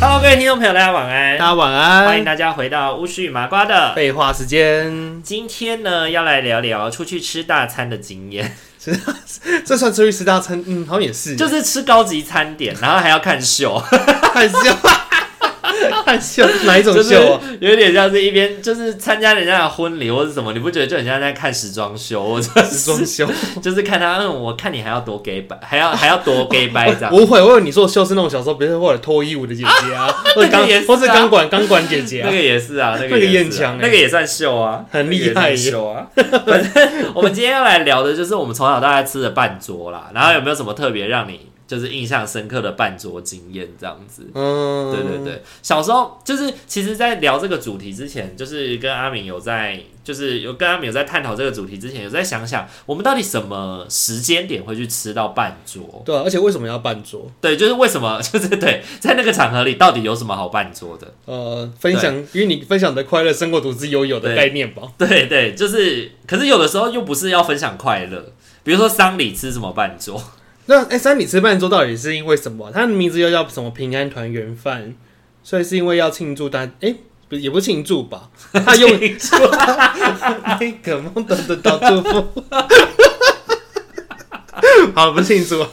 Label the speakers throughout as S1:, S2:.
S1: Hello，各位听众朋友，大家晚
S2: 大
S1: 安，
S2: 家晚安。
S1: 欢迎大家回到巫师与麻瓜的。
S2: 废话时间，
S1: 今天呢，要来聊聊出去吃大餐的经验，
S2: 这算出去吃大餐？嗯，好像也是，
S1: 就是吃高级餐点，然后还要看秀，啊
S2: 看 秀，看秀，哪一 种
S1: 就是
S2: 秀啊？
S1: 有点像是一边就是参加人家的婚礼或者什么，你不觉得就很像在看时装秀，或者
S2: 时装秀？
S1: 就是看他，嗯，我看你还要多 gay 白，还要还要多 gay 白这样。
S2: 不会，我以为你说的秀是那种小时候，比如说或者脱衣舞的姐姐 啊，或
S1: 那
S2: 者钢
S1: 个也是啊，
S2: 或者钢管钢管姐姐
S1: 那
S2: 啊
S1: 个。也是 啊，那个
S2: 那个
S1: 也
S2: 艳
S1: 是啊
S2: 强欸
S1: 那个也算秀啊，
S2: 很厉
S1: 那个
S2: 害耶
S1: 也算秀啊。 反正我们今天要来聊的就是我们从小到大吃的半桌
S2: 嗯
S1: 啦，然后有没有什么特别让你就是印象深刻的半桌经验这样子？
S2: 嗯，
S1: 对对，对，小时候就是其实，在聊这个主题之前，就是跟阿敏有在，就是有跟阿敏有在探讨这个主题之前，有在想想我们到底什么时间点会去吃到半桌？
S2: 对啊，而且为什么要办桌？
S1: 对，就是为什么， 就是对，在那个场合里到底有什么好半桌的？
S2: 呃，分享，因为你分享的快乐胜过独自拥有的
S1: 对
S2: 概念吧。
S1: 对对，就是，可是有的时候又不是要分享快乐，比如说丧礼吃什么半桌，
S2: 那哎，三里吃饭桌到底是因为什么啊？它的名字又叫什么平安团圆饭，所以是因为要庆祝大哎，不也不庆祝吧？他 用 那个梦得得到祝福。好，不庆祝，啊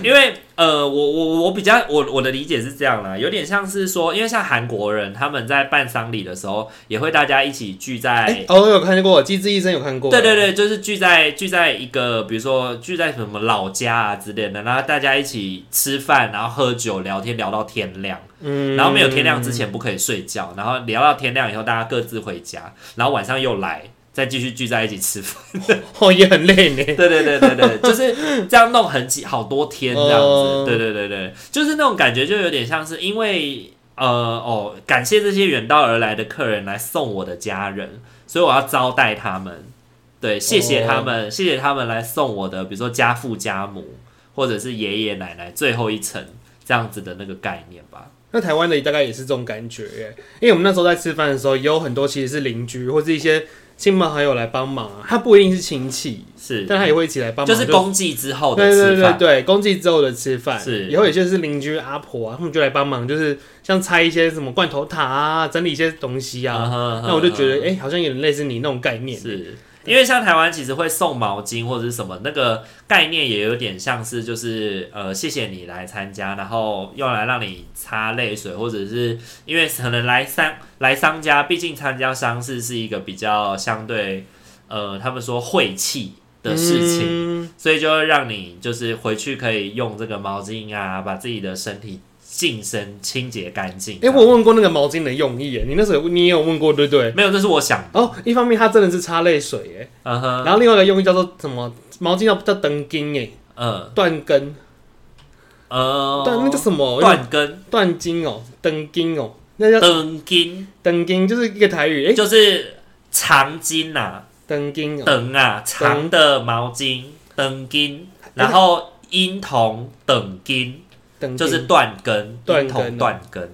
S1: 因为呃，我我我比较我我的理解是这样啦，有点像是说，因为像韩国人他们在办丧礼的时候，也会大家一起聚在。
S2: 哎、哦，我有看过《机智医生》，有看过，
S1: 对对，对，就是聚在聚在一个，比如说聚在什么老家啊之类的，然后大家一起吃饭，然后喝酒聊天，聊到天亮。
S2: 嗯
S1: 然后没有天亮之前不可以睡觉，然后聊到天亮以后，大家各自回家，然后晚上又来，再继续聚在一起吃饭。
S2: 哦也很累呢，
S1: 对对对对对，就是这样弄很几好多天这样子
S2: 哦。
S1: 对对对对，就是那种感觉，就有点像是因为呃哦，感谢这些远道而来的客人来送我的家人，所以我要招待他们。对，谢谢他们，
S2: 哦
S1: 谢谢他们来送我的，比如说家父家母或者是爷爷奶奶最后一层这样子的那个概念吧。
S2: 那台湾的大概也是这种感觉耶，因为我们那时候在吃饭的时候，也有很多其实是邻居或是一些亲朋好友来帮忙啊，他不一定是亲戚，
S1: 是，
S2: 但他也会一起来帮忙，
S1: 就是公祭之后的
S2: 对对
S1: 吃
S2: 对
S1: 饭，
S2: 对，公祭之后的吃饭，
S1: 是
S2: 以后有些是邻居阿婆啊，他们就来帮忙，就是像拆一些什么罐头塔啊，整理一些东西啊。那
S1: 那
S2: 我就觉得，哎、好像有点类似你那种概念。
S1: 是。因为像台湾其实会送毛巾或者是什么，那个概念也有点像是就是呃谢谢你来参加，然后用来让你擦泪水，或者是因为可能来商来商家，毕竟参加丧事是一个比较相对呃他们说晦气的事情，
S2: 情，
S1: 所以就会让你就是回去可以用这个毛巾啊，把自己的身体净身清洁干净。
S2: 哎、我有问过那个毛巾的用意耶，你那时候有你也有问过，对不对？
S1: 没有，这是我想的。
S2: 哦，一方面它真的是擦泪水耶，
S1: 嗯哼，
S2: 然后另外一个用意叫做什么？毛巾叫叫灯筋耶，
S1: 嗯
S2: 断根，
S1: 呃，
S2: 断、那叫什么？哎
S1: 断根
S2: 断筋哦，灯筋哦，那叫
S1: 灯筋，
S2: 灯筋，就是一个台语，哎、
S1: 就是长筋呐、
S2: 灯筋
S1: 啊，
S2: 哦，
S1: 灯啊，长的毛巾，灯筋，
S2: 嗯
S1: 然后婴童等筋，
S2: 灯筋
S1: 就是断根，
S2: 断
S1: 婴
S2: 根
S1: 童
S2: 哦
S1: 断根，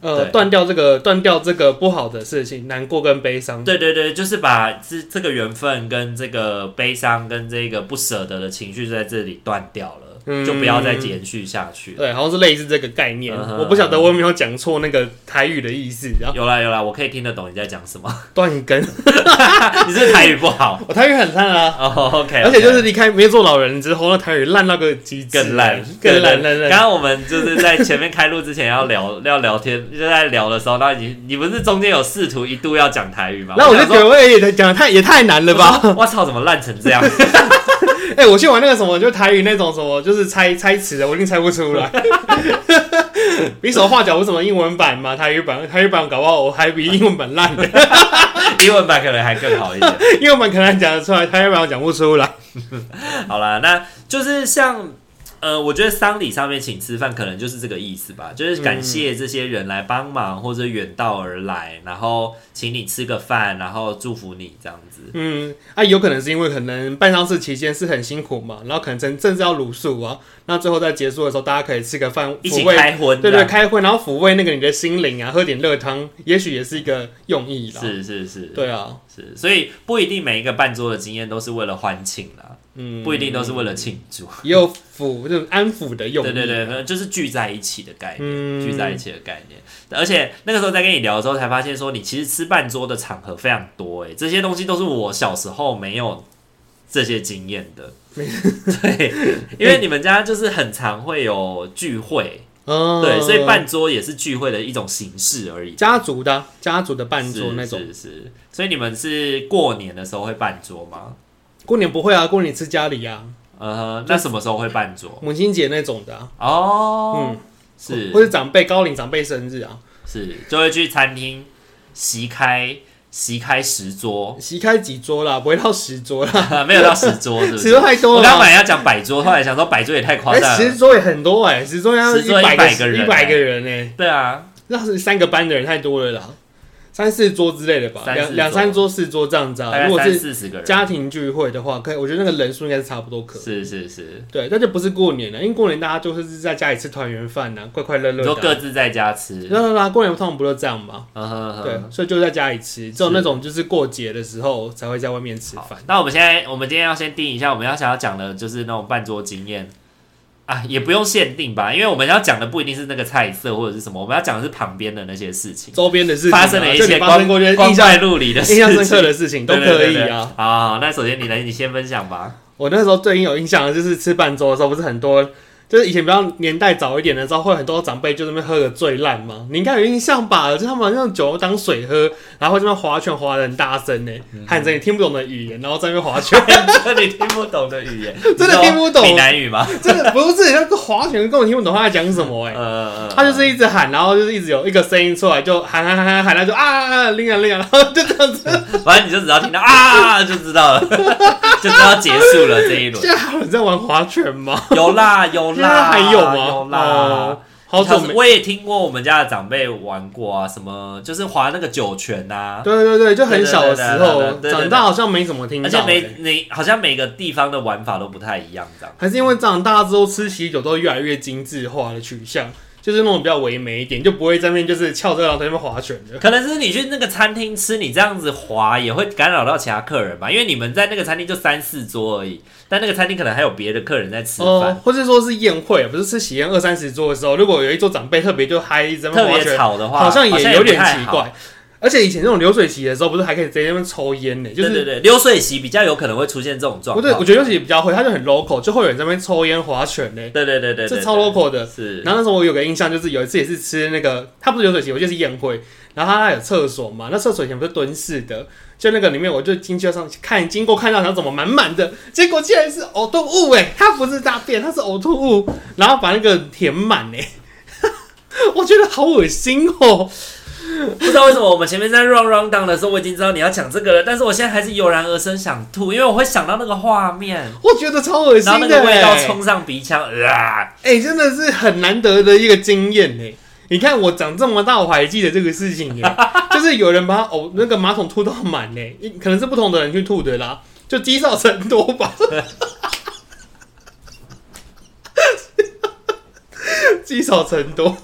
S2: 呃，
S1: 对
S2: 断掉这个断掉这个不好的事情，难过跟悲伤。
S1: 对对对，就是把这这个缘分跟这个悲伤跟这个不舍得的情绪在这里断掉了，
S2: 嗯
S1: 就不要再延续下去了。
S2: 对，好像是类似这个概念。
S1: 嗯哼
S2: 我不晓得我有没有讲错那个台语的意思。然后
S1: 有啦有啦，我可以听得懂你在讲什么。
S2: 断根，
S1: 你是不是台语不好
S2: 我台语很烂啊，
S1: 哦，OK，OK、o k
S2: 而且就是离开没做老人之后，那台语烂到个极致，
S1: 更烂，
S2: 哎更烂，烂
S1: 刚
S2: 烂。
S1: 刚我们就是在前面开录之前要聊 要聊天，就在聊的时候，那你你不是中间有试图一度要讲台语吗？
S2: 那我就
S1: 想
S2: 觉
S1: 说
S2: 得我也讲得太也太难了吧？？
S1: 我操，怎么烂成这 样？
S2: 哎、我去玩那个什么，就台语那种什么，就是猜猜词的，我一定猜不出 来。比手画脚不是什么英文版嘛，台语版台语版搞不好我还比英文版烂呢。
S1: 英文版可能还更好一点。
S2: 英文版可能讲得出来，台语版我讲不出来。
S1: 好啦，那就是像呃，我觉得丧礼上面请吃饭，可能就是这个意思吧，就是感谢这些人来帮忙或者远道而来，然后请你吃个饭，然后祝福你这样子。
S2: 嗯，啊，有可能是因为可能办丧事期间是很辛苦嘛，然后可能真正是要卤素啊，那最后在结束的时候，大家可以吃个饭，
S1: 一起
S2: 抚慰，
S1: 开荤这
S2: 对
S1: 样，
S2: 对，开会，然后抚慰那个你的心灵啊，喝点热汤，也许也是一个用意啦。
S1: 是是是，
S2: 对啊，
S1: 是，所以不一定每一个办桌的经验都是为了欢庆啦，
S2: 嗯，
S1: 不一定都是为了庆祝。
S2: 也有抚，就是安抚的嗯用意。啊
S1: 对对对，可能就是聚在一起的概念，
S2: 嗯
S1: 聚在一起的概念。而且那个时候在跟你聊的时候，才发现说你其实吃半桌的场合非常多、欸，哎，这些东西都是我小时候没有这些经验 的。对，因为你们家就是很常会有聚会，
S2: 嗯，
S1: 对，所以办桌也是聚会的一种形式而已。
S2: 家族的啊家族的办桌
S1: 是
S2: 那种，
S1: 是是，所以你们是过年的时候会办桌吗？
S2: 过年不会啊，过年吃家里啊，
S1: 呃，那什么时候会办桌？
S2: 母亲节那种的啊，
S1: 哦，
S2: 嗯，
S1: 是
S2: 或是长辈高龄长辈生日啊，
S1: 是，就会去餐厅席开席开十桌，
S2: 席开几桌啦，不会到十桌啦，
S1: 没有到十桌是不
S2: 十
S1: 是
S2: 桌？太多
S1: 我
S2: 了
S1: 刚
S2: 吧。
S1: 刚本来要讲百桌，后来想说百桌也太夸
S2: 哎、
S1: 张
S2: 十
S1: 了。
S2: 桌也很多哎、十桌要
S1: 十
S2: 一
S1: 桌
S2: 百
S1: 100个人
S2: 一百
S1: 欸
S2: 个人哎、
S1: 对啊，
S2: 那是三个班的人太多了啦，三四桌之类的吧，
S1: 三四
S2: 两两
S1: 桌
S2: 三桌四桌这样子
S1: 大
S2: 啊。
S1: 概
S2: 如果
S1: 三
S2: 是
S1: 四十个人。
S2: 家庭聚会的话，可以，我觉得那个人数应该是差不多可以。
S1: 是是是，
S2: 对，那就不是过年了，因为过年大家就是在家里吃团圆饭呐，快快乐
S1: 你说
S2: 乐
S1: 各
S2: 的啊。
S1: 自在家吃，
S2: 啦啦啦，过年通常不都这样吗？
S1: 嗯哼哼
S2: 对，所以就在家里吃，只有
S1: 是
S2: 那种就是过节的时候才会在外面吃
S1: 好
S2: 饭。
S1: 那我们现在，我们今天要先定一下，我们要想要讲的就是那种半桌经验啊，也不用限定吧，因为我们要讲的不一定是那个菜色或者是什么，我们要讲的是旁边的那些事情，
S2: 周边的事情啊
S1: 发生了一
S2: 就
S1: 些
S2: 你发
S1: 光
S2: 生过觉得
S1: 光
S2: 印象
S1: 怪陆离的事
S2: 印
S1: 情，
S2: 象深刻的事情都
S1: 对对
S2: 可
S1: 对
S2: 以
S1: 对
S2: 啊。
S1: 好，好那首先你来，你先分享 吧。
S2: 我那时候最有印象的就是吃半桌的时候，不是很多，就是以前比较年代早一点的时候，会有很多长辈就在那边喝的醉烂嘛，你应该有印象吧？就他们好像酒当水喝，然后会在那边划拳划的很大声呢，喊着你听不懂的语言，然后在那边划拳，
S1: 你听不懂的语言，
S2: 真的听不
S1: 你说
S2: 懂
S1: 闽南语吗？
S2: 真的不是那个划拳根本听不懂他在讲什么哎、
S1: 呃
S2: 他就是一直喊，然后就是一直有一个声音出来，就喊喊喊喊喊，他就啊啊啊，拎啊拎啊，然后就这样子，
S1: 呃反正你就只要听到啊， 就知道了，就知道结束了这一轮
S2: 现。在还有人在玩划拳吗？
S1: 有啦，有
S2: 现在
S1: 啦，
S2: 还有吗？
S1: 有啦
S2: 哦。，好久没
S1: 我也听过我们家的长辈玩过啊，什么就是划那个九泉啊呐、
S2: 对对对，就很小的时
S1: 对
S2: 候，
S1: 对对对对对对
S2: 长大好像没怎么听
S1: 而且
S2: 到、
S1: 每
S2: 欸。
S1: 每好像每个地方的玩法都不太一样，这样。
S2: 还是因为长大之后吃喜酒都越来越精致化的取向，就是那种比较唯美一点，就不会在那边就是翘着二郎腿在那边划拳的。
S1: 可能是你去那个餐厅吃，你这样子滑也会干扰到其他客人吧，因为你们在那个餐厅就三四桌而已，但那个餐厅可能还有别的客人在吃饭。
S2: 哦，或者说是宴会，不是吃喜宴二三十桌的时候，如果有一桌长辈特别就嗨，一直在那
S1: 特
S2: 边划
S1: 别
S2: 拳，
S1: 吵的话，
S2: 好像
S1: 也
S2: 也有点
S1: 不太
S2: 奇
S1: 好。
S2: 怪。而且以前那种流水席的时候，不是还可以直接在那边抽烟呢、就是
S1: 对对对，流水席比较有可能会出现这种状况。
S2: 不对，我觉得流水席比较会，他就很 local，就会有人在那边抽烟划拳呢、
S1: 对对对对，
S2: 这
S1: 对
S2: 超 local 的。
S1: 是，
S2: 然后那时候我有个印象，就是有一次也是吃那个，它不是流水席，我记得是宴会，然后它有厕所嘛，那厕所以前不是蹲式的，就那个里面我就进去上看，经过看到想怎么满满的，结果竟然是呕吐物哎、它不是大便，它是呕吐物，然后把那个填满哎、 我觉得好恶心哦，
S1: 不知道为什么我们前面在 round round down 的时候，我已经知道你要讲这个了，但是我现在还是油然而生想吐，因为我会想到那个画面，
S2: 我觉得超恶心
S1: 然后那
S2: 的、
S1: 个味道
S2: 欸，
S1: 冲上鼻腔，啊、
S2: 哎、真的是很难得的一个经验哎、你看我长这么大，我还记得这个事情耶、就是有人把呕那个马桶吐到满呢、一可能是不同的人去吐的啦，就积少成多吧。积少成多，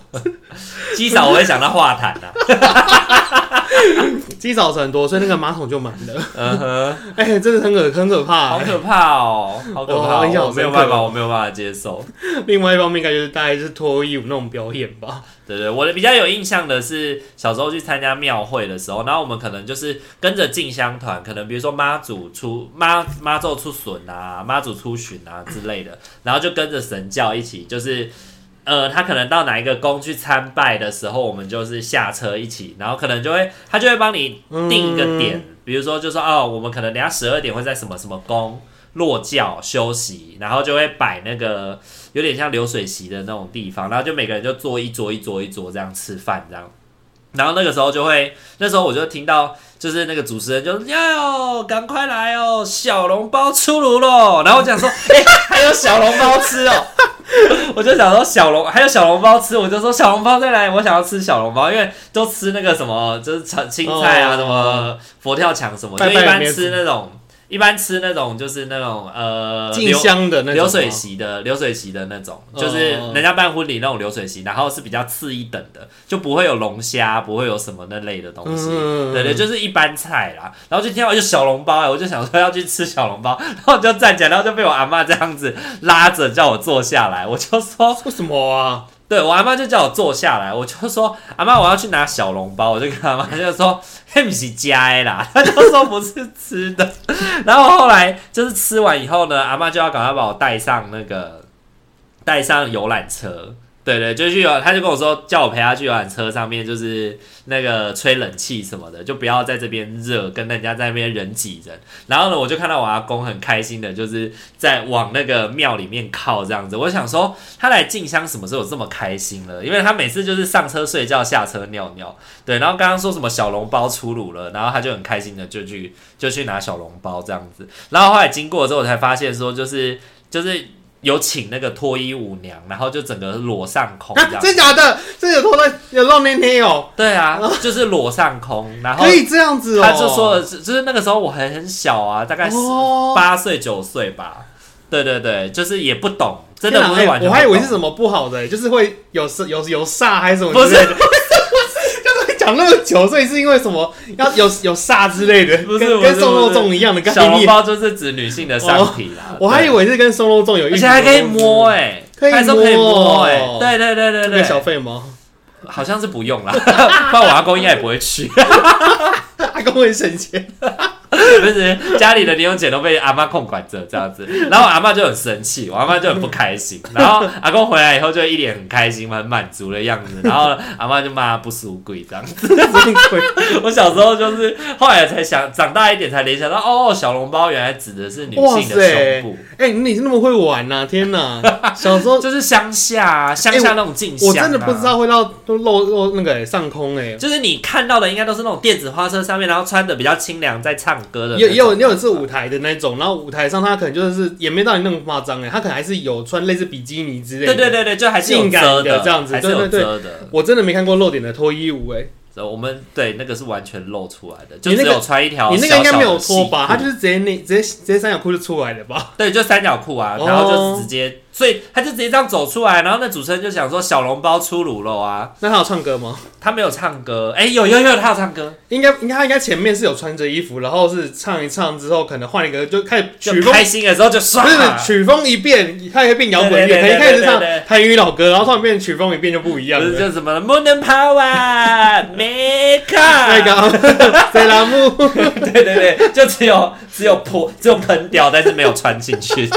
S1: 至少我会想到化痰 啊。
S2: 积少成多，所以那个马桶就满了。
S1: 嗯哼，
S2: 哎、真的很可很可怕
S1: 好
S2: 欸、
S1: 可怕哦，好可怕、
S2: 哇印象
S1: 哦，我
S2: 好
S1: 没有
S2: 深刻
S1: 办法，我没有办法接受。
S2: 另外一方面，应该就是大概就是脱衣舞那种表演吧。
S1: 对对，我的比较有印象的是小时候去参加庙会的时候，然后我们可能就是跟着进香团，可能比如说妈祖出妈妈咒出巡啊，妈祖出巡啊之类的，然后就跟着神教一起，就是呃，他可能到哪一个宫去参拜的时候，我们就是下车一起，然后可能就会他就会帮你定一个点，比如说就说哦，我们可能等一下十二点会在什么什么宫落轿休息，然后就会摆那个有点像流水席的那种地方，然后就每个人就坐一桌一桌一桌这样吃饭这样，然后那个时候就会，那时候我就听到，就是那个主持人就哟，赶快来哦，小笼包出炉喽！然后我讲说，哎、还有小笼包吃哦。 我就想说小笼还有小笼包吃，我就说小笼包再来，我想要吃小笼包，因为都吃那个什么，就是炒青菜啊，
S2: 哦
S1: 什么佛跳墙什么，就
S2: 拜拜
S1: 一般
S2: 也没有
S1: 吃
S2: 吃
S1: 那种，一般吃那种就是那种呃
S2: 进
S1: 流
S2: 香的那种
S1: 流水
S2: 吗嗯
S1: 席的流水席的那种，
S2: 哦
S1: 就是人家办婚礼那种流水席，然后是比较次一等的，就不会有龙虾，不会有什么那类的东西。
S2: 嗯
S1: 对对，就是一般菜啦，然后就听到就小笼包、欸，我就想说要去吃小笼包， 然后我就站起来，然后就被我阿妈这样子拉着叫我坐下来，我就说，
S2: 为什么啊？
S1: 对我阿妈就叫我坐下来，我就说阿妈我要去拿小笼包，我就跟阿妈就说，嘿，不是加的啦， 她就说不是吃的，然后后来就是吃完以后呢，阿妈就要赶快把我带上那个带上游览车，对对，就去游，他就跟我说叫我陪他去游览车上面，就是那个吹冷气什么的，就不要在这边热，跟人家在那边人挤人。然后呢，我就看到我阿公很开心的，就是在往那个庙里面靠这样子。我想说他来进香什么时候有这么开心了？因为他每次就是上车睡觉，下车尿尿，对。然后刚刚说什么小笼包出炉了，然后他就很开心的就去就去拿小笼包这样子。然后后来经过之后，我才发现说，就是就是有请那个脱衣舞娘，然后就整个裸上空这
S2: 啊，
S1: 样子。
S2: 真假的？这有偷到有露内内哦，
S1: 对啊，就是裸上空，然后
S2: 可以这样子哦。
S1: 他就说的是，就是那个时候我还很小啊，大概是
S2: 哦
S1: 八岁九岁吧。对对对，就是也不懂，真
S2: 天
S1: 的
S2: 哪
S1: 不是
S2: 哎
S1: 完全不懂。
S2: 我还以为是什么不好的、哎就是会有是有有煞还是什么
S1: 不
S2: 之
S1: 是
S2: 类的。 刚才讲那么久，所以是因为什么要有有煞之类的，
S1: 不是
S2: 跟
S1: 不是
S2: 跟送肉粽一样的
S1: 小
S2: 概
S1: 笼
S2: 念。哦
S1: 包，就是指女性的上体啦。
S2: 我还以
S1: 对，
S2: 为是跟送肉粽有一，
S1: 而且还可以摸，哎，
S2: 可以
S1: 还说可以摸
S2: 摸
S1: 哎，对对对对
S2: 那个小
S1: 对，
S2: 费吗？
S1: 好像是不用啦， 不然我阿公应该也不会去。
S2: 阿公会省钱，
S1: 不是家里的零用钱都被阿妈控管着这样子，然后我阿妈就很生气，我阿妈就很不开心， 然后阿公回来以后就一脸很开心、很满足的样子，然后阿妈就骂他不输鬼这样子。
S2: 真贵
S1: 我小时候就是后来才想，长大一点才联想到，哦，小笼包原来指的是女性
S2: 哇
S1: 的
S2: 塞
S1: 胸部，
S2: 哎、你那么会玩呐、天哪！小时候
S1: 就是乡下啊乡下那种景象、啊
S2: 哎我真的不知。道会到都露露那个、哎上空哎、
S1: 就是你看到的应该都是那种电子花车上面，然后穿的比较清凉，在唱歌的那种。
S2: 也也有也有是舞台的那种，然后舞台上他可能就是也没到你那么夸张哎，他可能还是有穿类似比基尼之类的。
S1: 对对对对，就还是有
S2: 性感
S1: 遮
S2: 的这样子
S1: 还是有
S2: 对对对
S1: 遮的。
S2: 我真的没看过露点的脱衣舞哎、
S1: 所以我们对那个是完全露出来的，就
S2: 你
S1: 只
S2: 那个
S1: 有穿一条
S2: 你那个应该没有脱吧？
S1: 小
S2: 他
S1: 小的细裤啊
S2: 就是直接内直接直接三角裤就出来了吧？
S1: 对，就三角裤啊，
S2: 哦
S1: 然后就直接，所以他就直接这样走出来，然后那主持人就想说小笼包出炉了啊，
S2: 那他有唱歌 吗？
S1: 他没有唱歌，哎、有有有，他有唱歌，
S2: 应该应该他应该前面是有穿着衣服，然后是唱一唱之后，可能换一个就开始
S1: 就
S2: 曲风
S1: 开心的时候就刷
S2: 不，是曲风一变，它也变摇滚
S1: 对对
S2: 乐，可能一
S1: 对
S2: 开
S1: 对
S2: 始唱
S1: 对对
S2: 韩语老歌，然后突然变曲风一变就不一样
S1: 不 是
S2: 了。
S1: 就什么 Moon and Power Make
S2: 那
S1: Up，
S2: 个 塞拉 木，
S1: 对对对，就只有只有泼只有喷掉，但是没有穿进 去，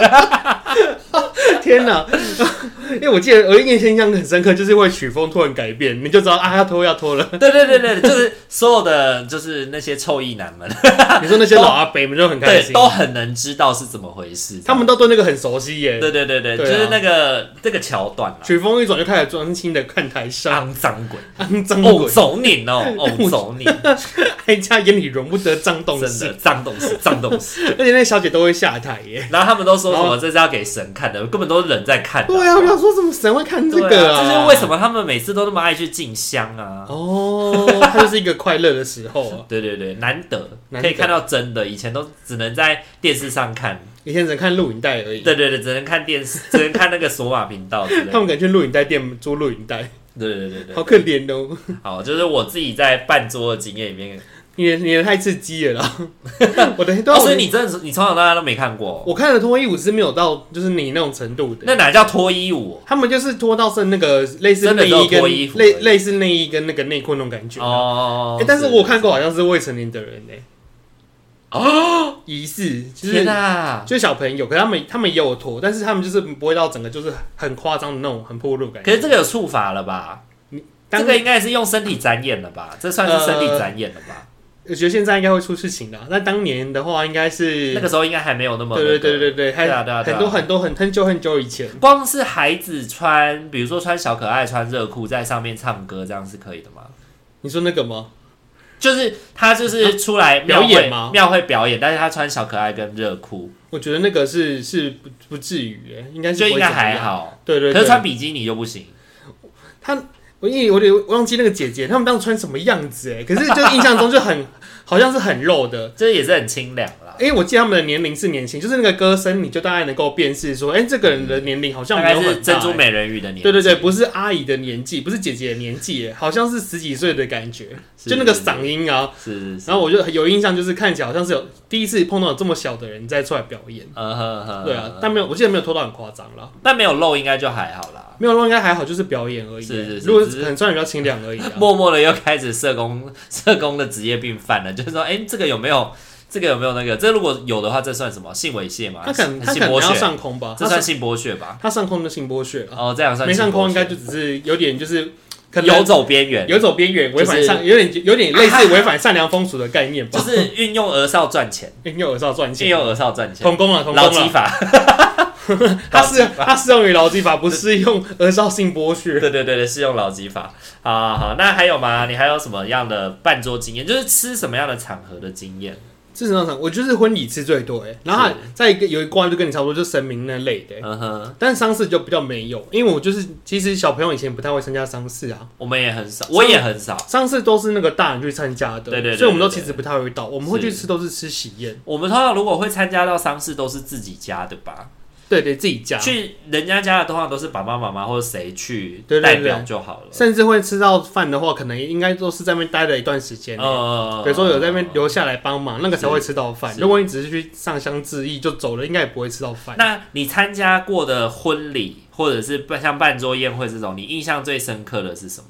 S2: 天哪！因为我记得我印象印象很深刻，就是会曲风突然改变，你就知道啊，要脱要 脱了。
S1: 对对对对，就是所有的就是那些臭意男们，
S2: 你说那些老阿伯们就很开
S1: 对，
S2: 心，
S1: 都很能知道是怎么回事，
S2: 他们都对那个很熟悉耶。
S1: 对对对对，
S2: 对啊
S1: 就是那个这个桥段啦，
S2: 曲风一转就开始专心的看台上，
S1: 肮脏鬼，
S2: 肮脏
S1: 哦
S2: 鬼，
S1: 走 你哦，哦走你，
S2: 哀家眼里容不得脏东
S1: 真
S2: 西
S1: 的，脏东西，脏东西。
S2: 而且那小姐都会下台耶。
S1: 然后他们都说什
S2: 然
S1: 么
S2: 后
S1: 这是要给神看的，根本都是人在看的。
S2: 哦对啊，我想说怎么神会看 这
S1: 对啊，
S2: 个啊？
S1: 这就是为什么他们每次都那么爱去进香啊。
S2: 哦，它就是一个快乐的时候 啊。
S1: 对对对，难得
S2: 难得
S1: 可以看到真的，以前都只能在电视上看。
S2: 以前只能看录影带而已。
S1: 对对对，只能看电视， 只能看那个索马频道之类
S2: 他
S1: 的。
S2: 们敢去录影带店租录影带，
S1: 对对对对
S2: 好
S1: 对，
S2: 可怜哦！
S1: 好，就是我自己在办桌的经验里面。
S2: 你的你的太刺激了 啦！我的对啊，
S1: 哦，
S2: 我
S1: 所以
S2: 的
S1: 你真的是你从小到大都没看过，
S2: 我看的脱衣舞是没有到就是你那种程度
S1: 那
S2: 的，
S1: 哪叫脱衣舞？
S2: 他们就是脱到是那个类似
S1: 真的
S2: 内
S1: 只有
S2: 衣跟
S1: 脱衣服而已
S2: 类类似内衣跟那个内裤那种感觉。哦，
S1: 哦、
S2: 但是我看过好像是未成年的人呢。哦，疑似就
S1: 天
S2: 是
S1: 啊！
S2: 就是小朋友，可是他们他们也有脱，但是他们就是不会到整个就是很夸张的那种很暴露感。
S1: 可是这个有触法了吧？
S2: 当
S1: 这个应该是用身体展演了吧？这算是身体展演了吧？
S2: 我觉得现在应该会出事情的啊。那当年的话，应该是
S1: 那个时候应该还没有那么、那
S2: 对对
S1: 个
S2: 对对对，还
S1: 对啊对啊对啊
S2: 很多很多很很久很久以前，
S1: 光是孩子穿，比如说穿小可爱、穿热裤在上面唱歌，这样是可以的吗？
S2: 你说那个吗？
S1: 就是他就是出来庙会
S2: 表演吗
S1: 庙会表演，但是他穿小可爱跟热裤，
S2: 我觉得那个是是不不至于耶，应该是
S1: 就
S2: 不
S1: 应
S2: 会
S1: 该
S2: 怎么
S1: 还
S2: 样。
S1: 好。
S2: 对对
S1: 可
S2: 对，
S1: 是穿比基尼就不行，
S2: 我因为我有点忘记那个姐姐她们当时穿什么样子哎，可是就印象中就很 好像是很肉的。
S1: 这也是很清凉啦。
S2: 因为我记得他们的年龄是年轻，就是那个歌声，你就大概能够辨识说，哎、这个人的年龄好像
S1: 大
S2: 没
S1: 概
S2: 有很
S1: 是
S2: 大
S1: 珍珠
S2: 哎
S1: 美人鱼的年纪，
S2: 对对对，不是阿姨的年纪，不是姐姐的年纪耶，好像是十几岁的感觉，
S1: 是
S2: 就那个嗓音啊。
S1: 是是是，
S2: 然后我就有印象，就是看起来好像是有第一次碰到有这么小的人在出来表演。
S1: 呃呵呵，
S2: 对啊，但没有，我记得没有拖到很夸张啦，
S1: 但没有露应该就还好啦。
S2: 没有弄应该还好，就是表演而已。
S1: 是是是
S2: 如果
S1: 只
S2: 可
S1: 是
S2: 能穿的比较清凉 而已啊。
S1: 默默的又开始社工社工的职业病犯了，就是说，哎、这个有没有这个有没有那个？这如果有的话，这算什么性猥亵吗？
S2: 他可能他可
S1: 啊性
S2: 能
S1: 剥
S2: 要
S1: 削，
S2: 上空吧，
S1: 这
S2: 他
S1: 算
S2: 上
S1: 性剥削吧？
S2: 他上空就性剥削了，
S1: 哦，这样算
S2: 哦没上空应该
S1: 性
S2: 就只是有点就是可
S1: 剥
S2: 能
S1: 削游走边缘，
S2: 游走边缘，违
S1: 就
S2: 反
S1: 是
S2: 上有点 有点类似违反善良风俗的概念吧
S1: 就。是运用儿少赚 钱，
S2: 因为耳罩赚
S1: 运
S2: 钱，
S1: 用儿少赚钱，
S2: 童工了，啊童工
S1: 劳
S2: 了
S1: 基。法，
S2: 它是它适用于劳基法，不适用儿少性剥削。
S1: 对对对对，是用劳基法。好好好，那还有吗？你还有什么样的办桌经验？就是吃什么样的场合的经验？
S2: 至少上，我就是婚礼吃最多哎、欸，然后
S1: 是
S2: 再一个有一关就跟你差不多，就神明那类的欸、
S1: 嗯哼，
S2: 但丧事就比较没有，因为我就是其实小朋友以前不太会参加丧事啊，
S1: 我们也很少，我也很少。
S2: 丧事都是那个大人去参加的，
S1: 对对对
S2: 所以我们都
S1: 对对
S2: 其实不太会到，我们会去吃都是吃喜宴，
S1: 我们通常如果会参加到丧事，都是自己家的吧？
S2: 对对，啊自己家，
S1: 去人家家的通常都是爸爸妈妈或者谁去
S2: 对对
S1: 代
S2: 对
S1: 表就好了。
S2: 甚至会吃到饭的话，可能应该都是在那边待了一段时间欸、
S1: 呃
S2: 比如说有在那边留下来帮忙，那个才
S1: 是
S2: 会吃到饭。
S1: 是
S2: 如果你只是去上香致意就走了，应该也不会吃到饭。
S1: 那你参加过的婚礼，或者是办像办桌宴会这种，你印象最深刻的是什么？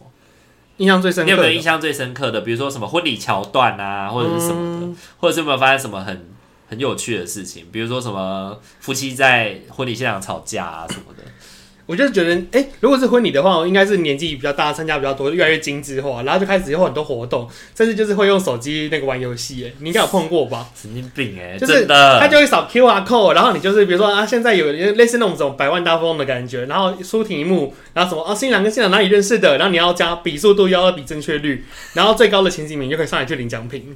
S2: 印象最深
S1: 你
S2: 刻
S1: 有
S2: 的，嗯
S1: 没有印象最深刻的？比如说什么婚礼桥段啊，或者是什么的，或者是有没有发生什么很很有趣的事情？比如说什么夫妻在婚礼现场吵架啊什么的。
S2: 我就觉得，哎、如果是婚礼的话，应该是年纪比较大，参加比较多，越来越精致化，然后就开始有很多活动，甚至就是会用手机那个玩游戏，哎，你应该有碰过吧？
S1: 神经病哎、
S2: 就是
S1: 真
S2: 他
S1: 的。
S2: 就会扫 QR code，然后你就是比如说啊，现在有类似那种什么百万大富翁的感觉，然后出题目，然后什么啊，新郎跟新娘哪里认识的，然后你要加比速度，要比正确
S1: 嗯
S2: 率，然后最高的前几名就可以上来去领奖品，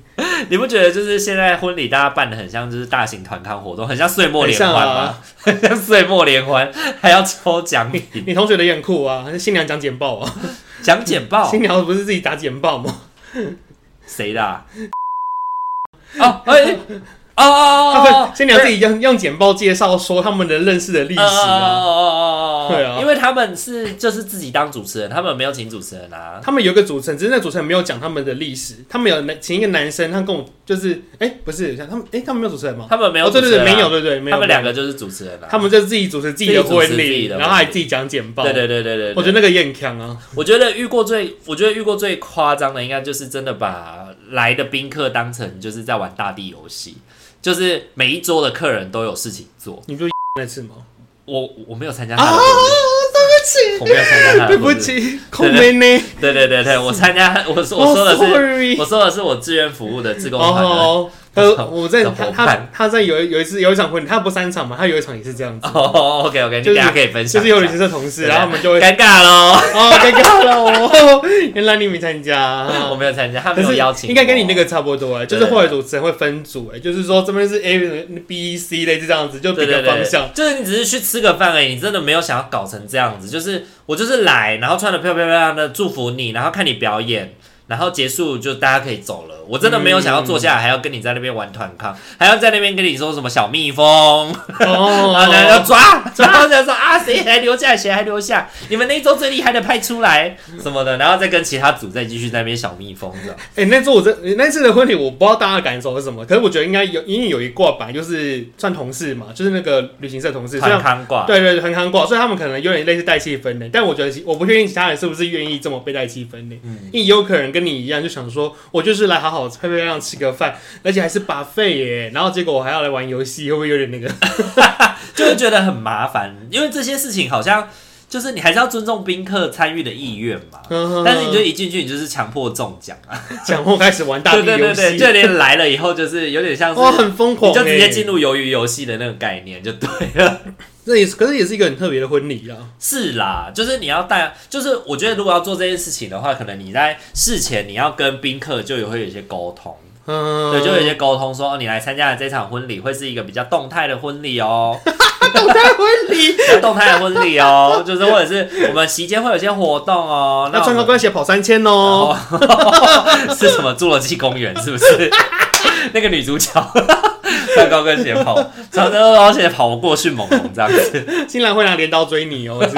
S1: 你不觉得就是现在婚礼大家办的很像就是大型团康活动，很像岁末
S2: 很
S1: 联
S2: 像
S1: 欢吗？
S2: 啊，
S1: 很 像岁末联欢，还要抽奖品、
S2: 你同学的眼酷啊，新娘讲简报啊，
S1: 讲简报
S2: 新，娘不是自己打简报吗？
S1: 谁的、啊？哦，哎、哦哦哦
S2: 他
S1: 哦
S2: 们，新娘自己用用简报介绍说他们的认识的历史
S1: 哦哦
S2: 啊。
S1: 哦哦哦，
S2: 对啊
S1: 因为他们是就是自己当主持人，他们没有请主持人啊。
S2: 他们有一个主持人，只是那主持人没有讲他们的历史。他们有男请一个男生，他跟我就是，哎、不是，他们，哎、他们没有主持人吗？
S1: 他们没有
S2: 哦，
S1: 主
S2: 对
S1: 持
S2: 对
S1: 人啊、
S2: 对，没有，对对，没有。
S1: 他们两个
S2: 没
S1: 就是主持人
S2: 有，
S1: 啊。
S2: 他们就自己主持自己
S1: 自
S2: 的
S1: 己主持
S2: 婚
S1: 自己
S2: 礼，
S1: 的
S2: 然后还自己讲简报。
S1: 对对对对对，对
S2: 我觉得那个也很强啊。
S1: 我觉得遇过最，我觉得遇过最夸张的，应该就是真的把来的宾客当成就是在玩大地游戏，就是每一桌的客人都有事情做。
S2: 你不就 那次吗？
S1: 我我没有参加
S2: 啊，
S1: 他的婚礼，
S2: 对
S1: 我没有参加他的
S2: 啊不起，
S1: 婚
S2: 对不
S1: 礼。
S2: 起，孔梅呢？
S1: 对对对对，我参加，我说 我
S2: 哦
S1: 说的是，
S2: sorry
S1: 我说的是我志愿服务的志工团的。
S2: 哦，呃，我在
S1: 怎么
S2: 他
S1: 办
S2: 他他在有有一次有一场婚礼，他不三场嘛，他有一场也是这样子，
S1: 哦，OK OK，你
S2: 就
S1: 等
S2: 是
S1: 一下可以分
S2: 就
S1: 享一下。
S2: 是有旅行社同事，然后我 们就会
S1: 尴尬喽，
S2: 哦，尴尬了哦， 原来你没参加。
S1: 我没有参加，他没
S2: 嗯可
S1: 有
S2: 是
S1: 邀请我，
S2: 应该跟你那个差不多哎、就是
S1: 对
S2: 后来主持人会分组哎、就是说这边是 A、B、C 类似这样子，就比
S1: 对
S2: 个
S1: 对
S2: 方
S1: 对，
S2: 向。
S1: 就是你只是去吃个饭而已，你真的没有想要搞成这样子。就是我就是来，然后穿的漂漂亮亮的，祝福你，然后看你表演，然后结束就大家可以走了。我真的没有想要坐下来，还要跟你在那边玩团康，还要在那边跟你说什么小蜜蜂，然后啊要
S2: 哦，
S1: 抓抓，然后再说啊谁还留下，谁还留下，你们那一周最厉害的派出来
S2: 嗯
S1: 什么的，然后再跟其他组再继续在那边小蜜蜂这样。
S2: 哎、那次我真那次的婚礼，我不知道大家的感受是什么，可是我觉得应该有，因为有一挂吧，就是算同事嘛，就是那个旅行社同事，虽
S1: 团
S2: 然
S1: 康挂，
S2: 对对对，很韩挂，所以他们可能有点类似带气氛的，但我觉得其我不确定其他人是不是愿意这么被带气氛的，
S1: 嗯，
S2: 因为有可能跟你一样，就想说我就是来好好漂漂亮亮吃个饭，而且还是把费耶，然后结果我还要来玩游戏，会不会有点那个？
S1: 就会觉得很麻烦，因为这些事情好像就是你还是要尊重宾客参与的意愿嘛。 但
S2: 但
S1: 是你就一进去，你就是强迫中奖啊！
S2: 强迫开始玩大地
S1: 对对
S2: 游
S1: 对对，
S2: 戏，
S1: 就连来了以后，就是有点像是
S2: 哇，很疯狂
S1: 你
S2: 欸，
S1: 就直接进入鱿鱼游戏的那个概念就对了。
S2: 这也是，可是也是一个很特别的婚礼啊。
S1: 是啦，就是你要带，就是我觉得如果要做这件事情的话，可能你在事前你要跟宾客就也会有一些沟通，
S2: 嗯，
S1: 对，就有一些沟通说、哦、你来参加的这场婚礼会是一个比较动态的婚礼 哦，
S2: 动态 婚礼，
S1: 比较动态的婚礼哦，就是或者是我们期间会有一些活动哦，那 我
S2: 要穿高
S1: 们
S2: 跟鞋跑三千哦。
S1: 哦 是什么侏罗纪公园是不是？ 那个女主角 穿高跟鞋跑，穿高跟鞋跑过迅猛龙这样子。
S2: 新郎会拿镰刀追你哦，这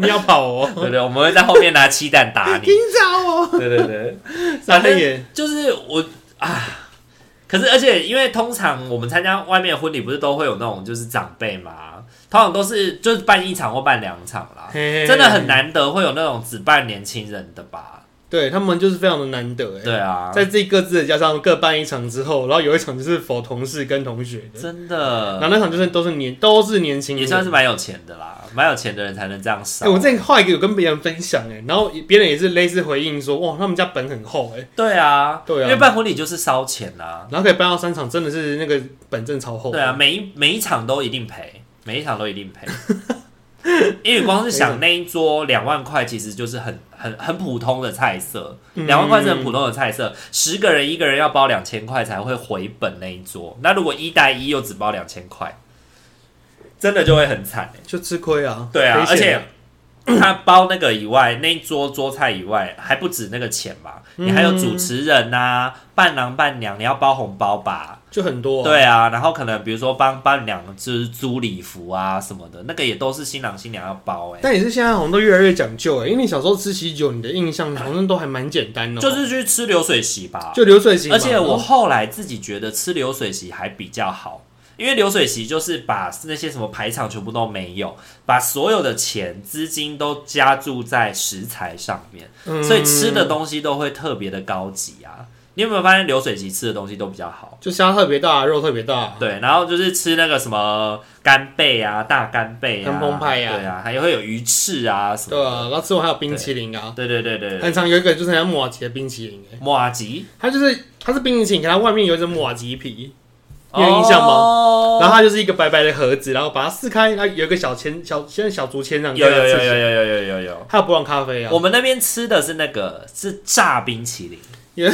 S2: 你要跑哦，
S1: 对对，我们会在后面拿鸡蛋打你
S2: 听。着哦。
S1: 对对对，
S2: 傻
S1: 反正
S2: 眼，
S1: 就是我啊。可是，而且因为通常我们参加外面的婚礼，不是都会有那种就是长辈嘛，通常都是就是办一场或办两场啦，
S2: 嘿
S1: 真的很。难得会有那种只办年轻人的吧？
S2: 对他们就是非常的难得哎，
S1: 对啊，
S2: 在自己各自的家上各办一场之后，然后有一场就是否同事跟同学的，
S1: 真
S2: 然后
S1: 的
S2: 那场就是都是年都是年轻
S1: 嗯
S2: 人，
S1: 也算是蛮有钱的啦，蛮有钱的人才能这样
S2: 哎、
S1: 烧。
S2: 我之前画一个有跟别人分享哎、然后别人也是类似回应说，哇，他们家本很厚哎、
S1: 对啊，
S2: 对啊
S1: 因为办婚礼就是烧钱啊，
S2: 然后可以搬到三场，真的是那个本正超厚。
S1: 对啊，，每一每一场都一定赔，每一场都一定赔。 因为光是想那一桌两万块，其实就是很很很普通的菜色，
S2: 嗯
S1: 两万块是很普通的菜色，十个人一个人要包两千块才会回本那一桌。那如果一带一又只包两千块，真的就会很惨欸
S2: 就吃亏啊。
S1: 对啊，而且
S2: 赔钱
S1: 他包那个以外，那一桌桌菜以外，还不止那个钱嘛，你还有主持人呐、伴郎伴娘，你要包红包吧？
S2: 就很多、啊。
S1: 对啊，然后可能比如说帮伴娘就是租礼服啊什么的，那个也都是新郎新娘要包哎、
S2: 但也是现在好像都越来越讲究哎、因为你小时候吃喜酒，你的印象好像都还蛮简单的、哦，
S1: 就是去吃流水席吧。
S2: 就流水席嘛。
S1: 而且我
S2: 然后
S1: 后来自己觉得吃流水席还比较好，因为流水席就是把那些什么排场全部都没有，把所有的钱资金都加注在食材上面，
S2: 嗯
S1: 所以吃的东西都会特别的高级啊。你有没有发现流水席吃的东西都比较好？
S2: 就虾特别大，肉特别大，
S1: 对，然后就是吃那个什么干贝啊、大干贝啊、
S2: 干崩派啊
S1: 对啊，还会有鱼翅啊什么
S2: 对
S1: 的。
S2: 啊，然后吃完还有冰淇淋啊，
S1: 对对对对对，
S2: 很常有一个就是很像木瓦吉的冰淇淋哎、
S1: 马吉，
S2: 它就是它是冰淇淋，可它外面有一层木瓦吉皮，你有印象吗？
S1: 哦
S2: 然后它就是一个白白的盒子，然后把它撕开，它有一个小签小像小竹签这样，
S1: 有有有
S2: 可以
S1: 有
S2: 刺青
S1: 有有有有有。
S2: 还有布朗咖啡啊
S1: 我，们那边吃的是那个是炸冰淇淋
S2: 也，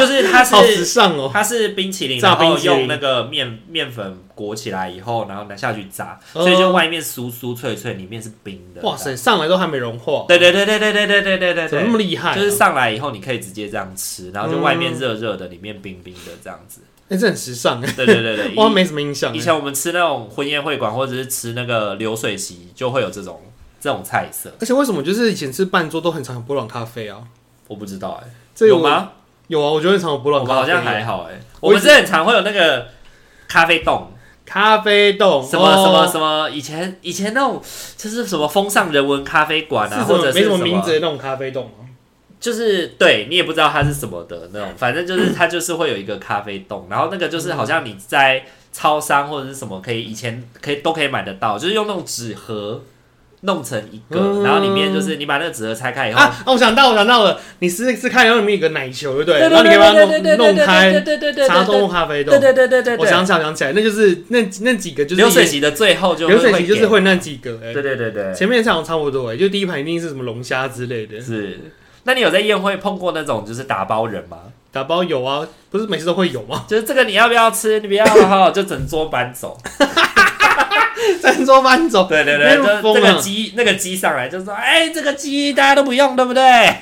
S1: 就是它
S2: 好时
S1: 是
S2: 尚哦。
S1: 它是冰淇淋，
S2: 炸
S1: 然后
S2: 冰淇淋
S1: 用那个面面粉裹起来以后，然后拿下去炸，
S2: 哦
S1: 所以就外面酥酥脆脆，里面是冰的。
S2: 哇塞，！上来都还没融化，
S1: 对对对对对对对对对对
S2: 怎么
S1: 对
S2: 那么。厉害啊、
S1: 就是上来以后，你可以直接这样吃，然后就外面热热的，里面冰冰的这样 子。
S2: 哎、这很时尚哎、
S1: 对对 对对，
S2: 我好像
S1: 以
S2: 没什么印象、
S1: 以
S2: 欸。
S1: 前我们吃那种婚宴会馆或者是吃那个流水席，就会有这种这种菜色。
S2: 而且为什么就是以前吃半桌都很常有布朗咖啡啊？
S1: 我不知道哎、
S2: 这
S1: 有
S2: 我
S1: 吗？
S2: 有啊，我觉得很常有布朗
S1: 我
S2: 咖
S1: 们
S2: 啡。
S1: 好像还好哎、我
S2: 我
S1: 们
S2: 一直
S1: 是很常会有那个咖啡冻，
S2: 咖啡豆
S1: 什么什么
S2: 么。
S1: 什么，以前以前那种就是什么风尚人文咖啡馆啊，
S2: 是什
S1: 或者是
S2: 么哦没什
S1: 什
S2: 么
S1: 么
S2: 名字的那种咖啡啊豆吗？
S1: 就是对你也不知道它是什么的那种，反正就是它就是会有一个咖啡冻，然后那个就是好像你在超商或者是什么可以以前可以都可以买得到，就是用那种纸盒弄成一个，
S2: 嗯
S1: 然后里面就是你把那个纸盒拆开以后，
S2: 啊，哦我想到，我想到了，你试试看，然后里面有个奶球，对不对？
S1: 对
S2: 然
S1: 对
S2: 后你可以把它
S1: 对对对对
S2: 弄弄
S1: 对
S2: 开，
S1: 对对对对对对
S2: 茶中咖啡豆
S1: 对。对对对对，
S2: 我想想想起来，那就是那那几个就是
S1: 流水席的最后就
S2: 流水席就是
S1: 给
S2: 会那几个哎、
S1: 对对对对，
S2: 前面场差不多哎、就第一盘一定是什么龙虾之类的，
S1: 是，那你有在宴会碰过那种就是打包人吗？
S2: 打包有啊，不是每次都会有吗？
S1: 就是这个你要不要吃？你不要的话，就整桌搬走。
S2: 三桌搬走，
S1: 对对对，
S2: 那么
S1: 就
S2: 疯
S1: 这个
S2: 啊
S1: 鸡那个鸡上来就说，哎、这个鸡大家都不用，对不对？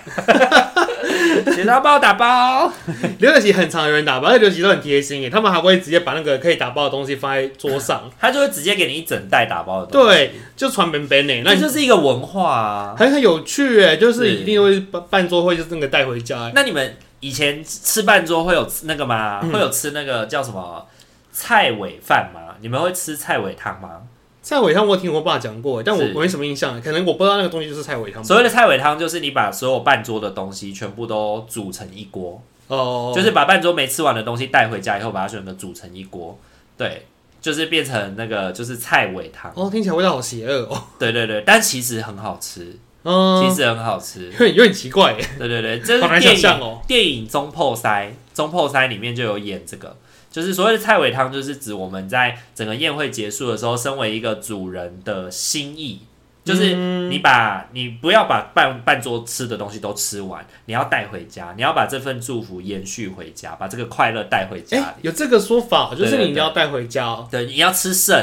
S1: 你要帮我打包？
S2: 流水席很常有人打包，而且流水席都很贴心哎、他们还会直接把那个可以打包的东西放在桌 上，
S1: 他就会直接给你一整袋打包的东西。
S2: 对，就传本本哎，那
S1: 那
S2: 你
S1: 就是一个文化啊。
S2: 很很有趣哎、就是
S1: 是
S2: 一定会办办桌会就是那个带回家、欸，
S1: 那你们以前吃饭桌会有吃那个吗？
S2: 嗯
S1: 会有吃那个叫什么菜尾饭吗？你们会吃菜尾汤吗？
S2: 菜尾汤我有听我爸讲过，但我
S1: 是
S2: 我没什么印象，可能我不知道那个东西就是菜尾汤吧。
S1: 所谓的菜尾汤，就是你把所有半桌的东西全部都煮成一锅，
S2: 哦，
S1: 就是把半桌没吃完的东西带回家以后，把它全部煮成一锅。对，就是变成那个就是菜尾汤。
S2: 哦，听起来味道好邪恶哦。
S1: 对对对，但其实很好吃， 其
S2: 嗯，
S1: 实很好吃
S2: 有。点有点奇怪耶，
S1: 对对对，这
S2: 好
S1: 是
S2: 难想
S1: 电
S2: 象
S1: 影
S2: 哦。
S1: 电影《中破塞》《中破塞》里面就有演这个，就是所谓的菜尾汤，就是指我们在整个宴会结束的时候，身为一个主人的心意，就是
S2: 嗯
S1: 你把你不要把半半桌吃的东西都吃完，你要带回家，你要把这份祝福延续回家，把这个快乐带回
S2: 哎、
S1: 家里。
S2: 有这个说法，就
S1: 对
S2: 是
S1: 对
S2: 你一定要带回家、哦，
S1: 对，你要吃剩，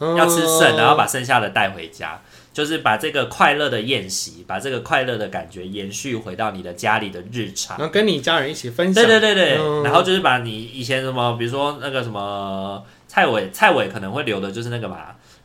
S1: 要吃
S2: 嗯
S1: 剩，然后把剩下的带回家，就是把这个快乐的宴席，把这个快乐的感觉延续回到你的家里的日常
S2: 嗯然。后跟你家人一起分享。
S1: 对对对对，
S2: 嗯
S1: 然后就是把你以前什么，比如说那个什么蔡伟，蔡伟可能会留的就是那个嘛，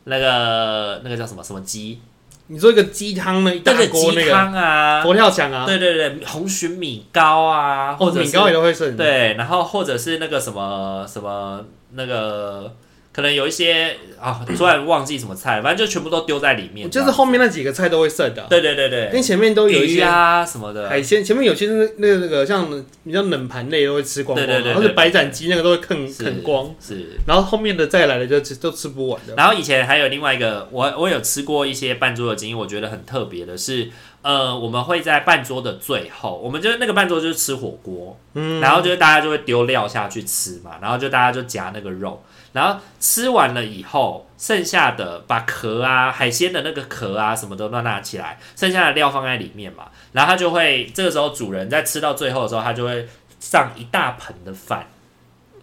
S1: 那个那个叫什么什么鸡，
S2: 你做一个鸡汤呢，一大
S1: 对对，
S2: 锅那
S1: 鸡
S2: 个
S1: 汤啊，
S2: 佛跳墙啊，
S1: 对对对，红鲟米糕啊，或
S2: 哦，
S1: 者
S2: 米
S1: 是
S2: 糕也都会剩。
S1: 对，然后或者是那个什么什么那个，可能有一些啊，突然忘记什么菜，反正就全部都丢在里面，
S2: 就是后面那几个菜都会剩的，啊
S1: 对对对对，
S2: 跟前面都有一
S1: 鱼
S2: 些
S1: 啊什么的，
S2: 海鲜，前面有些是那个那个像比较冷盘类都会吃光光，
S1: 对对对对
S2: 然后是白斩鸡那个都会啃
S1: 是
S2: 啃光，
S1: 是。
S2: 然后后面的再来的就吃都吃不完的。
S1: 然后以前还有另外一个，我我有吃过一些半桌的经验，我觉得很特别的是，呃，我们会在半桌的最后，我们就是那个半桌就是吃火锅，
S2: 嗯，
S1: 然后就是大家就会丢料下去吃嘛，然后就大家就夹那个肉，然后吃完了以后，剩下的把壳啊、海鲜的那个壳啊什么都都拿起来，剩下的料放在里面嘛，然后他就会这个时候主人在吃到最后的时候，他就会上一大盆的饭，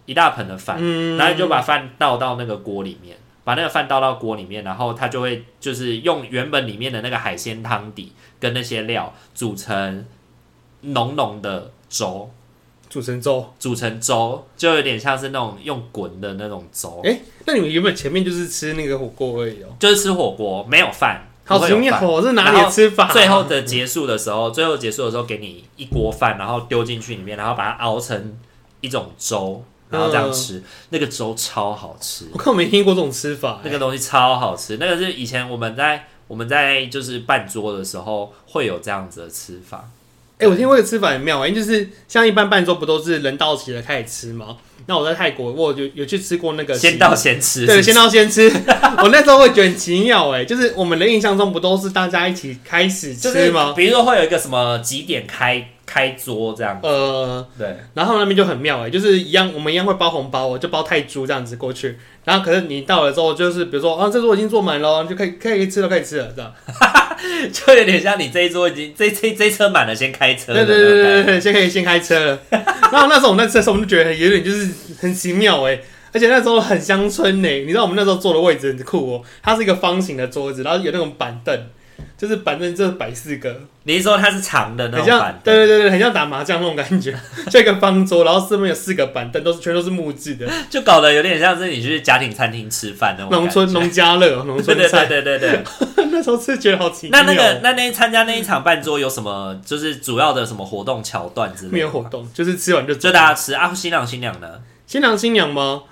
S1: 一大盆的饭，
S2: 嗯，
S1: 然后你就把饭倒到那个锅里面，把那个饭倒到锅里面，然后它就会就是用原本里面的那个海鲜汤底跟那些料煮成浓浓的粥，
S2: 煮成粥。
S1: 煮成粥就有点像是那种用滚的那种粥，
S2: 哎，那你们原本前面就是吃那个火锅而已哦。
S1: 就是吃火锅没有饭，
S2: 好
S1: 不会
S2: 奇
S1: 有
S2: 妙
S1: 饭
S2: 哦，这哪里的吃 法？
S1: 最后的结束的时候，最后结束的时候给你一锅饭，然后丢进去里面，然后把它熬成一种粥，然后这样吃，那个粥超好吃。
S2: 我看我没听过这种吃法
S1: 那。个东西超好吃，那个是以前我们在我们在就是办桌的时候会有这样子的吃法，
S2: 哎、我听过一个吃法很妙、因为就是像一般半桌不都是人到齐了开始吃吗？那我在泰国，我有有去吃过那个
S1: 先到先吃，
S2: 对，先到先吃。 我那时候会觉得很奇妙哎、就是我们的印象中不都是大家一起开始
S1: 就
S2: 吃
S1: 是
S2: 吗？
S1: 比如说会有一个什么几点开开桌这样，
S2: 呃，
S1: 对，
S2: 然后那边就很妙哎、就是一样，我们一样会包红包哦，我就包泰铢这样子过去。然后可是你到了之后，就是比如说啊，这桌已经坐满了，就可以可以吃了，可以吃了，这样。
S1: 就有点像你这一桌已经这这这一车满了，先开车的
S2: 对
S1: 那
S2: 对
S1: 种感觉，
S2: 对对对，先可以先开车了。然后那时候我们在车的时候，我们就觉得有点就是很奇妙哎、而且那时候很乡村呢、你知道我们那时候坐的位置很酷哦、它是一个方形的桌子，然后有那种板凳，就是板凳就是摆四个，
S1: 你是说它是长的那
S2: 很
S1: 种
S2: 像
S1: 板，
S2: 对
S1: 凳，
S2: 对对对，很像打麻将那种感 觉，就一个方桌，然后四面有四个板凳，都是全都是木质的，
S1: 就搞得有点像是你去家庭餐厅吃饭那种感觉
S2: 农村农家乐，农
S1: 对
S2: 村
S1: 对对
S2: 菜。
S1: 对对对，
S2: 那时候是觉得好奇妙
S1: 那
S2: 哦，
S1: 那个那那参加那一场办桌有什么就是主要的什么活动桥段之类的吗？
S2: 没有活动，就是吃完就走
S1: 就大家吃啊，新郎新娘呢？
S2: 新郎新娘吗？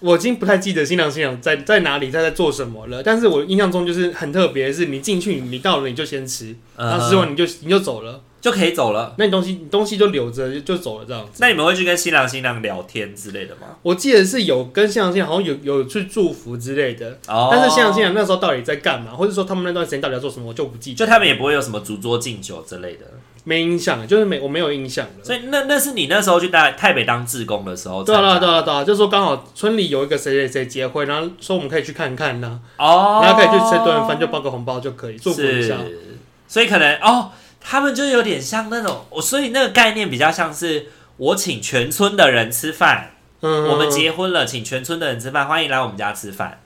S2: 我已经不太记得新郎新娘在在哪里，在在做什么了。但是我印象中就是很特别，是你进去，你到了你就先吃，然后吃
S1: 呃，
S2: 完你就你就走了，
S1: 就可以走了。
S2: 那你东西你东西就留着就就走了这样子。
S1: 那你们会去跟新郎新娘聊天之类的吗？
S2: 我记得是有跟新郎新娘好像有有去祝福之类的，
S1: 哦
S2: 但是新郎新娘那时候到底在干嘛，或者说他们那段时间到底要做什么，我就不记得，
S1: 就他们也不会有什么烛桌敬酒之类的。
S2: 没印象了，就是没我没有印象了。
S1: 所以那那是你那时候去大台北当志工的时候
S2: 对
S1: 参
S2: 啊
S1: 加
S2: 对
S1: 的，
S2: 啊对啊对啊，就说刚好村里有一个谁谁谁结婚，然后说我们可以去看看呐、
S1: 哦，
S2: 然后可以去吃顿饭，就包个红包就可以祝福一下。
S1: 是，所以可能哦，他们就有点像那种，我所以那个概念比较像是我请全村的人吃饭，
S2: 嗯，
S1: 我们结婚了，请全村的人吃饭，欢迎来我们家吃饭。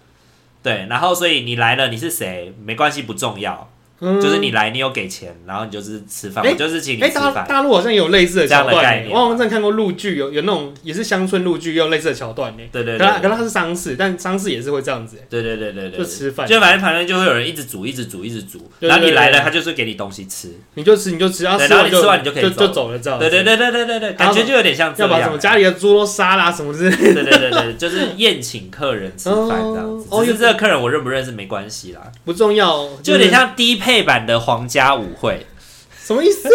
S1: 对，然后所以你来了，你是谁没关系，不重要，
S2: 嗯
S1: 就是你来，你有给钱，然后你就是吃饭，
S2: 诶
S1: 我就是请你
S2: 哎、
S1: 吃
S2: 大
S1: 饭。
S2: 大陆好像有类似的桥
S1: 这样
S2: 段、
S1: 的概
S2: 欸，
S1: 念
S2: 我好像看过陆剧，有有那种也是乡村陆剧，也有类似的桥段呢、欸。
S1: 对对
S2: 可它可
S1: 对，
S2: 它是丧事，但丧事也是会这样子、欸，
S1: 对对对对对，
S2: 就吃饭
S1: 就反正反正就会有人一直煮，一直煮，一直煮，
S2: 对对对
S1: 然后你来
S2: 对
S1: 了，
S2: 对
S1: 他就是给你东西吃。
S2: 你就吃你就吃，然后
S1: 对
S2: 吃完
S1: 然后你
S2: 就
S1: 吃完你就可以
S2: 就
S1: 走了
S2: 走了这样子。
S1: 对对对对对对对，感觉就有点像这
S2: 要
S1: 样。
S2: 把什么家里的猪都杀啦、什么之类的。
S1: 对对对对，就是宴请客人吃饭这样子。
S2: 哦
S1: 只是这个客人我认不认识没关系啦，
S2: 不重要，
S1: 就有点像低配版的皇家舞会。
S2: 什么意思？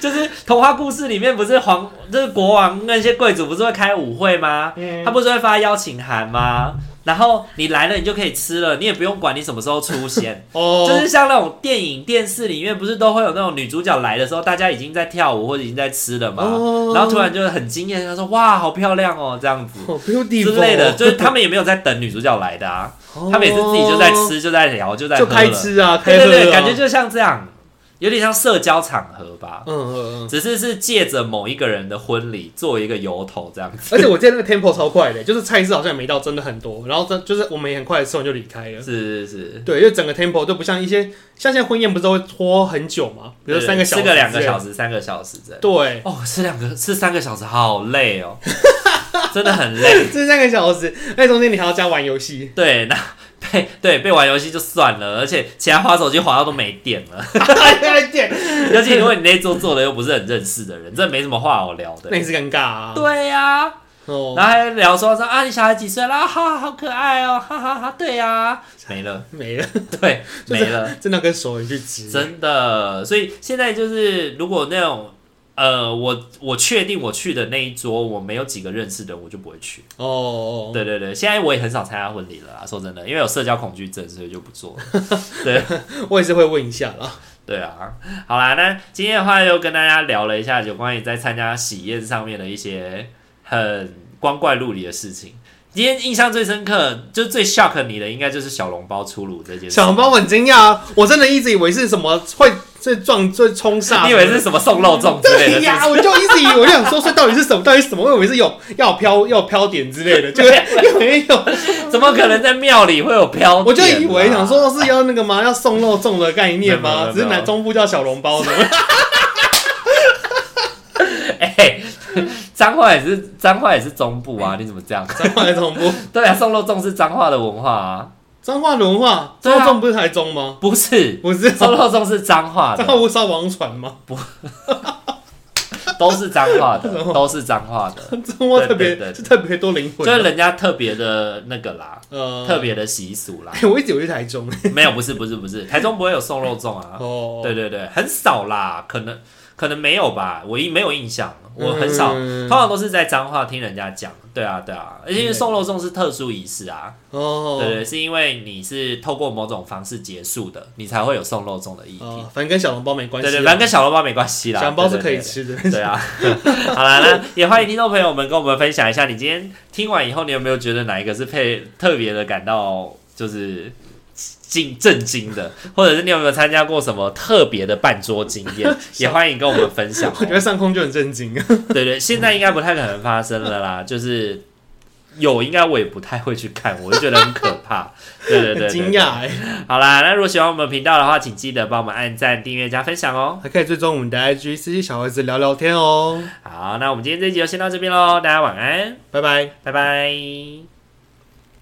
S1: 就是童话故事里面不是皇，就是国王那些贵族不是会开舞会吗？
S2: 嗯
S1: 他不是会发邀请函吗？然后你来了，你就可以吃了，你也不用管你什么时候出现。
S2: 哦，
S1: 就是像那种电影、电视里面，不是都会有那种女主角来的时候，大家已经在跳舞或者已经在吃了嘛，
S2: 哦
S1: 然后突然就是很惊艳，她说：“哇，好漂亮哦！”这样子
S2: 哦 beautiful
S1: 之类的，就是他们也没有在等女主角来的啊，
S2: 哦
S1: 他们也是自己就在吃、就在聊、就在
S2: 就
S1: 喝
S2: 开
S1: 了
S2: 吃啊，开
S1: 对
S2: 喝
S1: 对对，
S2: 啊
S1: 感觉就像这样，有点像社交场合吧，
S2: 嗯嗯嗯，
S1: 只是是借着某一个人的婚礼做一个由头这样子。
S2: 而且我记得那个 tempo 超快的，就是菜式好像也没到真的很多，然后真就是我们也很快的吃完就离开了。
S1: 是是是，
S2: 对，因为整个 tempo 都不像一些像现在婚宴不是都会拖很久嘛，比如说三个小时、
S1: 吃个两个小
S2: 时。
S1: 时、三个小时这样。
S2: 对，
S1: 哦，吃两个吃三个小时好累哦， 真的很累。
S2: 这三个小时，那中间你还要加玩游戏，
S1: 对，那被对被玩游戏就算了，而且其他滑手机滑到都没电了。
S2: 哎对
S1: 尤其如果你那一桌坐的又不是很认识的人，真的没什么话好聊的
S2: 那。也是尴尬啊。
S1: 对呀、
S2: 哦，
S1: 然后还聊说说啊，你小孩几岁啦？哈，好可爱哦，哈哈哈。对呀、没了，
S2: 没了，
S1: 对，没了，
S2: 真的要跟熟人去吃。
S1: 真的。所以现在就是，如果那种呃，我我确定我去的那一桌，我没有几个认识的人，我就不会去。
S2: 哦哦，哦
S1: 对对对，现在我也很少参加婚礼了啦。说真的，因为有社交恐惧症，所以就不做了。 对，
S2: 我也是会问一下啦。
S1: 对啊，好啦，那今天的话又跟大家聊了一下有关于在参加喜宴上面的一些很光怪陆离的事情。今天印象最深刻，就最 shock 你的，应该就是小笼包出炉这件事。
S2: 小红包我很惊讶啊，我真的一直以为是什么会最撞最冲煞，
S1: 你以为是什么送肉粽之 类的？
S2: 对呀，我就一直以为我就想说，所以到底是什么？到底是什么？我以为是有要飘要飘点之类 的，就又没有。
S1: 是不是怎么可能在庙里会有飘、啊？
S2: 我就以为想说是要那个吗？要送肉粽的概念
S1: 没有没
S2: 吗？
S1: 有
S2: 只是
S1: 没有
S2: 南中部叫小笼包的。
S1: 哎、彰化也是彰化也是中部
S2: 哎
S1: 啊，你怎么这样？
S2: 彰化还是中部？
S1: 对啊，送肉粽是彰化的文化啊，
S2: 彰化的文化，
S1: 对
S2: 肉
S1: 啊
S2: 粽不是台中吗？
S1: 不 是
S2: 不是，
S1: 送
S2: 彰
S1: 肉粽是彰化的
S2: 化，不是要王传吗？
S1: 都是彰化 的，
S2: 哦
S1: 都是彰化的。
S2: 彰化
S1: 对
S2: 特
S1: 对
S2: 别
S1: 对
S2: 是特别多灵
S1: 就是
S2: 魂，
S1: 人家特别的那个啦，
S2: 呃
S1: 特。别的习俗 啦。
S2: 哎我一直以为是台中
S1: 没有，不是，不是，不是，台中不会有送肉粽啊。
S2: 哦，
S1: 对对对，很少啦，可能可能没有吧，我一没有印象，我很少，
S2: 嗯
S1: 通常都是在彰化听人家讲。对啊，对啊，而且送肉粽是特殊仪式啊，对
S2: 哦，
S1: 对，是因为你是透过某种方式结束的，你才会有送肉粽的意义。
S2: 啊，反正跟小笼包没关
S1: 对
S2: 系啊，
S1: 对，反正跟小笼包没关系啦，
S2: 小笼包是
S1: 对对
S2: 可以
S1: 对
S2: 吃的。
S1: 对啊，好啦，那也欢迎听众朋友们跟我们分享一下，你今天听完以后，你有没有觉得哪一个是配特别的感到就是惊震惊的，或者是你有没有参加过什么特别的办桌经
S2: 啊
S1: 验？也欢迎跟我们分享、
S2: 我觉 得
S1: 哦。
S2: 上空就很震惊啊！
S1: 对对，现在应该不太可能发生了啦，就是。有，应该我也不太会去看，我就觉得很可怕。对对对对
S2: 很惊讶哎。
S1: 好啦，那如果喜欢我们频道的话，请记得帮我们按赞、订阅、加分享哦。
S2: 还可以追踪我们的 IG，私信小孩子聊聊天哦。
S1: 好，那我们今天这集就先到这边喽，大家晚安。
S2: 拜拜。
S1: 拜拜。